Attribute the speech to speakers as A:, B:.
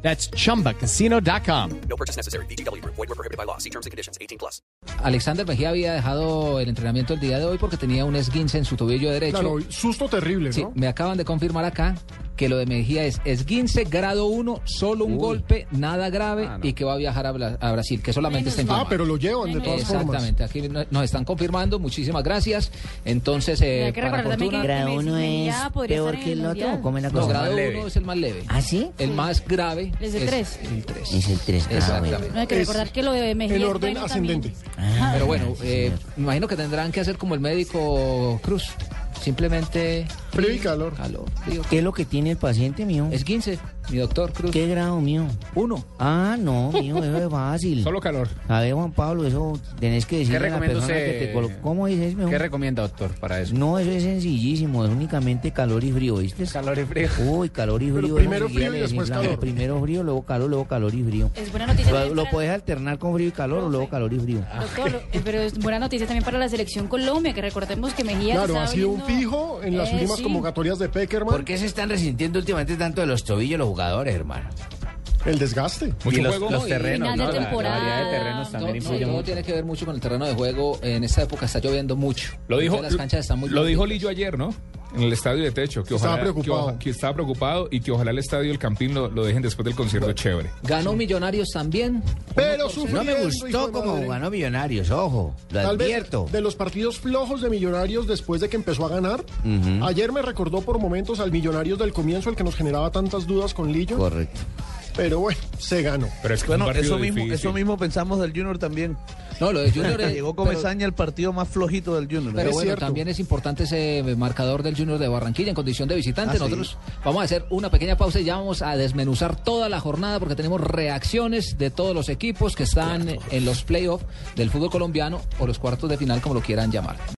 A: That's chumbacasino.com.
B: No purchase necessary. BGW. Void were prohibited by law. See terms and conditions. 18 plus.
C: Alexander Mejía había dejado el entrenamiento el día de hoy porque tenía un esguince en su tobillo derecho.
D: Claro, susto terrible,
C: Sí,
D: ¿no?
C: me acaban de confirmar acá que lo de Mejía es esguince grado 1, solo un golpe, nada grave y que va a viajar a, Bla- a Brasil, que solamente está en
D: Ah, pero lo llevan de todas formas.
C: Exactamente, aquí no- nos están confirmando, muchísimas gracias. Entonces, eh,
E: Hay que
C: para
E: recordar también
C: fortuna,
E: que-
F: Grado
E: Messi,
F: uno es
E: Medellín, podría
F: peor
E: estar en
F: que
E: el
F: el otro,
E: Mundial.
F: ¿o ¿cómo es la
C: no,
F: cosa?
C: grado 1 es el más leve.
F: ¿Ah, sí?
C: El más grave
E: Es el tres.
C: el 3.
F: Es el tres, ah, bueno.
C: Exactamente.
E: No hay que
D: Es
E: recordar que lo de Mejía
D: En
E: es
D: orden
E: bueno también.
D: ascendente.
F: Ah,
C: Pero bueno,
F: sí,
C: eh,
F: señor.
C: me imagino que tendrán que hacer como el médico Cruz. Simplemente.
D: Frío y calor.
C: Calor, frío.
F: ¿Qué es lo que tiene el paciente mío?
C: Es 15, mi doctor Cruz.
F: ¿Qué grado mío?
C: Uno.
F: Ah, no, mío, eso es fácil.
G: Solo calor.
F: A ver, Juan Pablo, eso tenés que decirle a la
G: recomienda
F: persona que
G: usted?
F: te colocó. ¿Cómo dices, mijo?
G: ¿Qué recomienda, doctor, para eso?
F: No, eso es sencillísimo, es únicamente calor y frío, ¿viste?
G: Calor y frío.
F: Uy, calor y
D: Pero
F: frío.
D: primero
F: enseguida
D: frío y
F: le
D: después
F: desinflama.
D: calor.
F: Primero frío, luego calor, luego calor y frío.
E: Es buena noticia.
F: Lo,
E: también
F: lo
E: para-
F: puedes alternar con frío y calor o luego calor y frío.
G: Ah.
E: Doctor, lo- eh, pero es buena noticia también para la selección Colombia, que recordemos que Mejía se
D: Claro,
E: estaba
D: ha sido un
E: abriendo-
D: fijo en las
E: Eh,
D: últimas
E: sí.
D: convocatorias de Peckerman.
H: qué se están resintiendo últimamente tanto de los tobillos los jugadores, hermano?
D: El desgaste.
G: y los, los terrenos,
E: Final de
G: ¿no? La- La,
E: temporada.
G: variedad de terrenos
C: Todo,
G: también
C: sí,
G: influye
C: todo
G: mucho.
C: tiene que ver mucho con el terreno de juego. En esta época está lloviendo mucho.
I: Lo dijo,
C: Entonces las canchas están muy
I: lo dijo
C: blanditas.
I: Lillo ayer, ¿no? En el estadio de techo, que
D: Estaba
I: ojalá que
D: preocupado.
I: oja- Que, estaba preocupado y que ojalá el estadio el Campín lo, lo dejen después del concierto chévere.
C: Ganó Millonarios también.
D: Pero
H: No
D: sufriendo,
H: me
D: hijo de
H: gustó como
D: madre.
H: ganó Millonarios, ojo, lo
D: Tal vez
H: advierto.
D: de los partidos flojos de Millonarios después de que empezó a ganar. Ayer me recordó por momentos al Millonarios del comienzo, el que nos generaba tantas dudas con Lillo.
H: Correcto.
D: Pero bueno, se ganó.
I: Pero es que
J: Bueno,
I: un partido
J: eso mismo,
I: difícil.
J: eso mismo pensamos del Junior también.
C: No, lo de Junior. es-
J: Llegó
C: pero-
J: Comesaña el partido más flojito del Junior.
C: Pero
D: Es
C: bueno,
D: cierto.
C: también es importante ese eh, marcador del Junior de Barranquilla en condición de visitante.
J: Ah, sí.
C: Nosotros vamos a hacer una pequeña pausa y ya vamos a desmenuzar toda la jornada porque tenemos reacciones de todos los equipos que están en los playoffs del fútbol colombiano o los cuartos de final, como lo quieran llamar.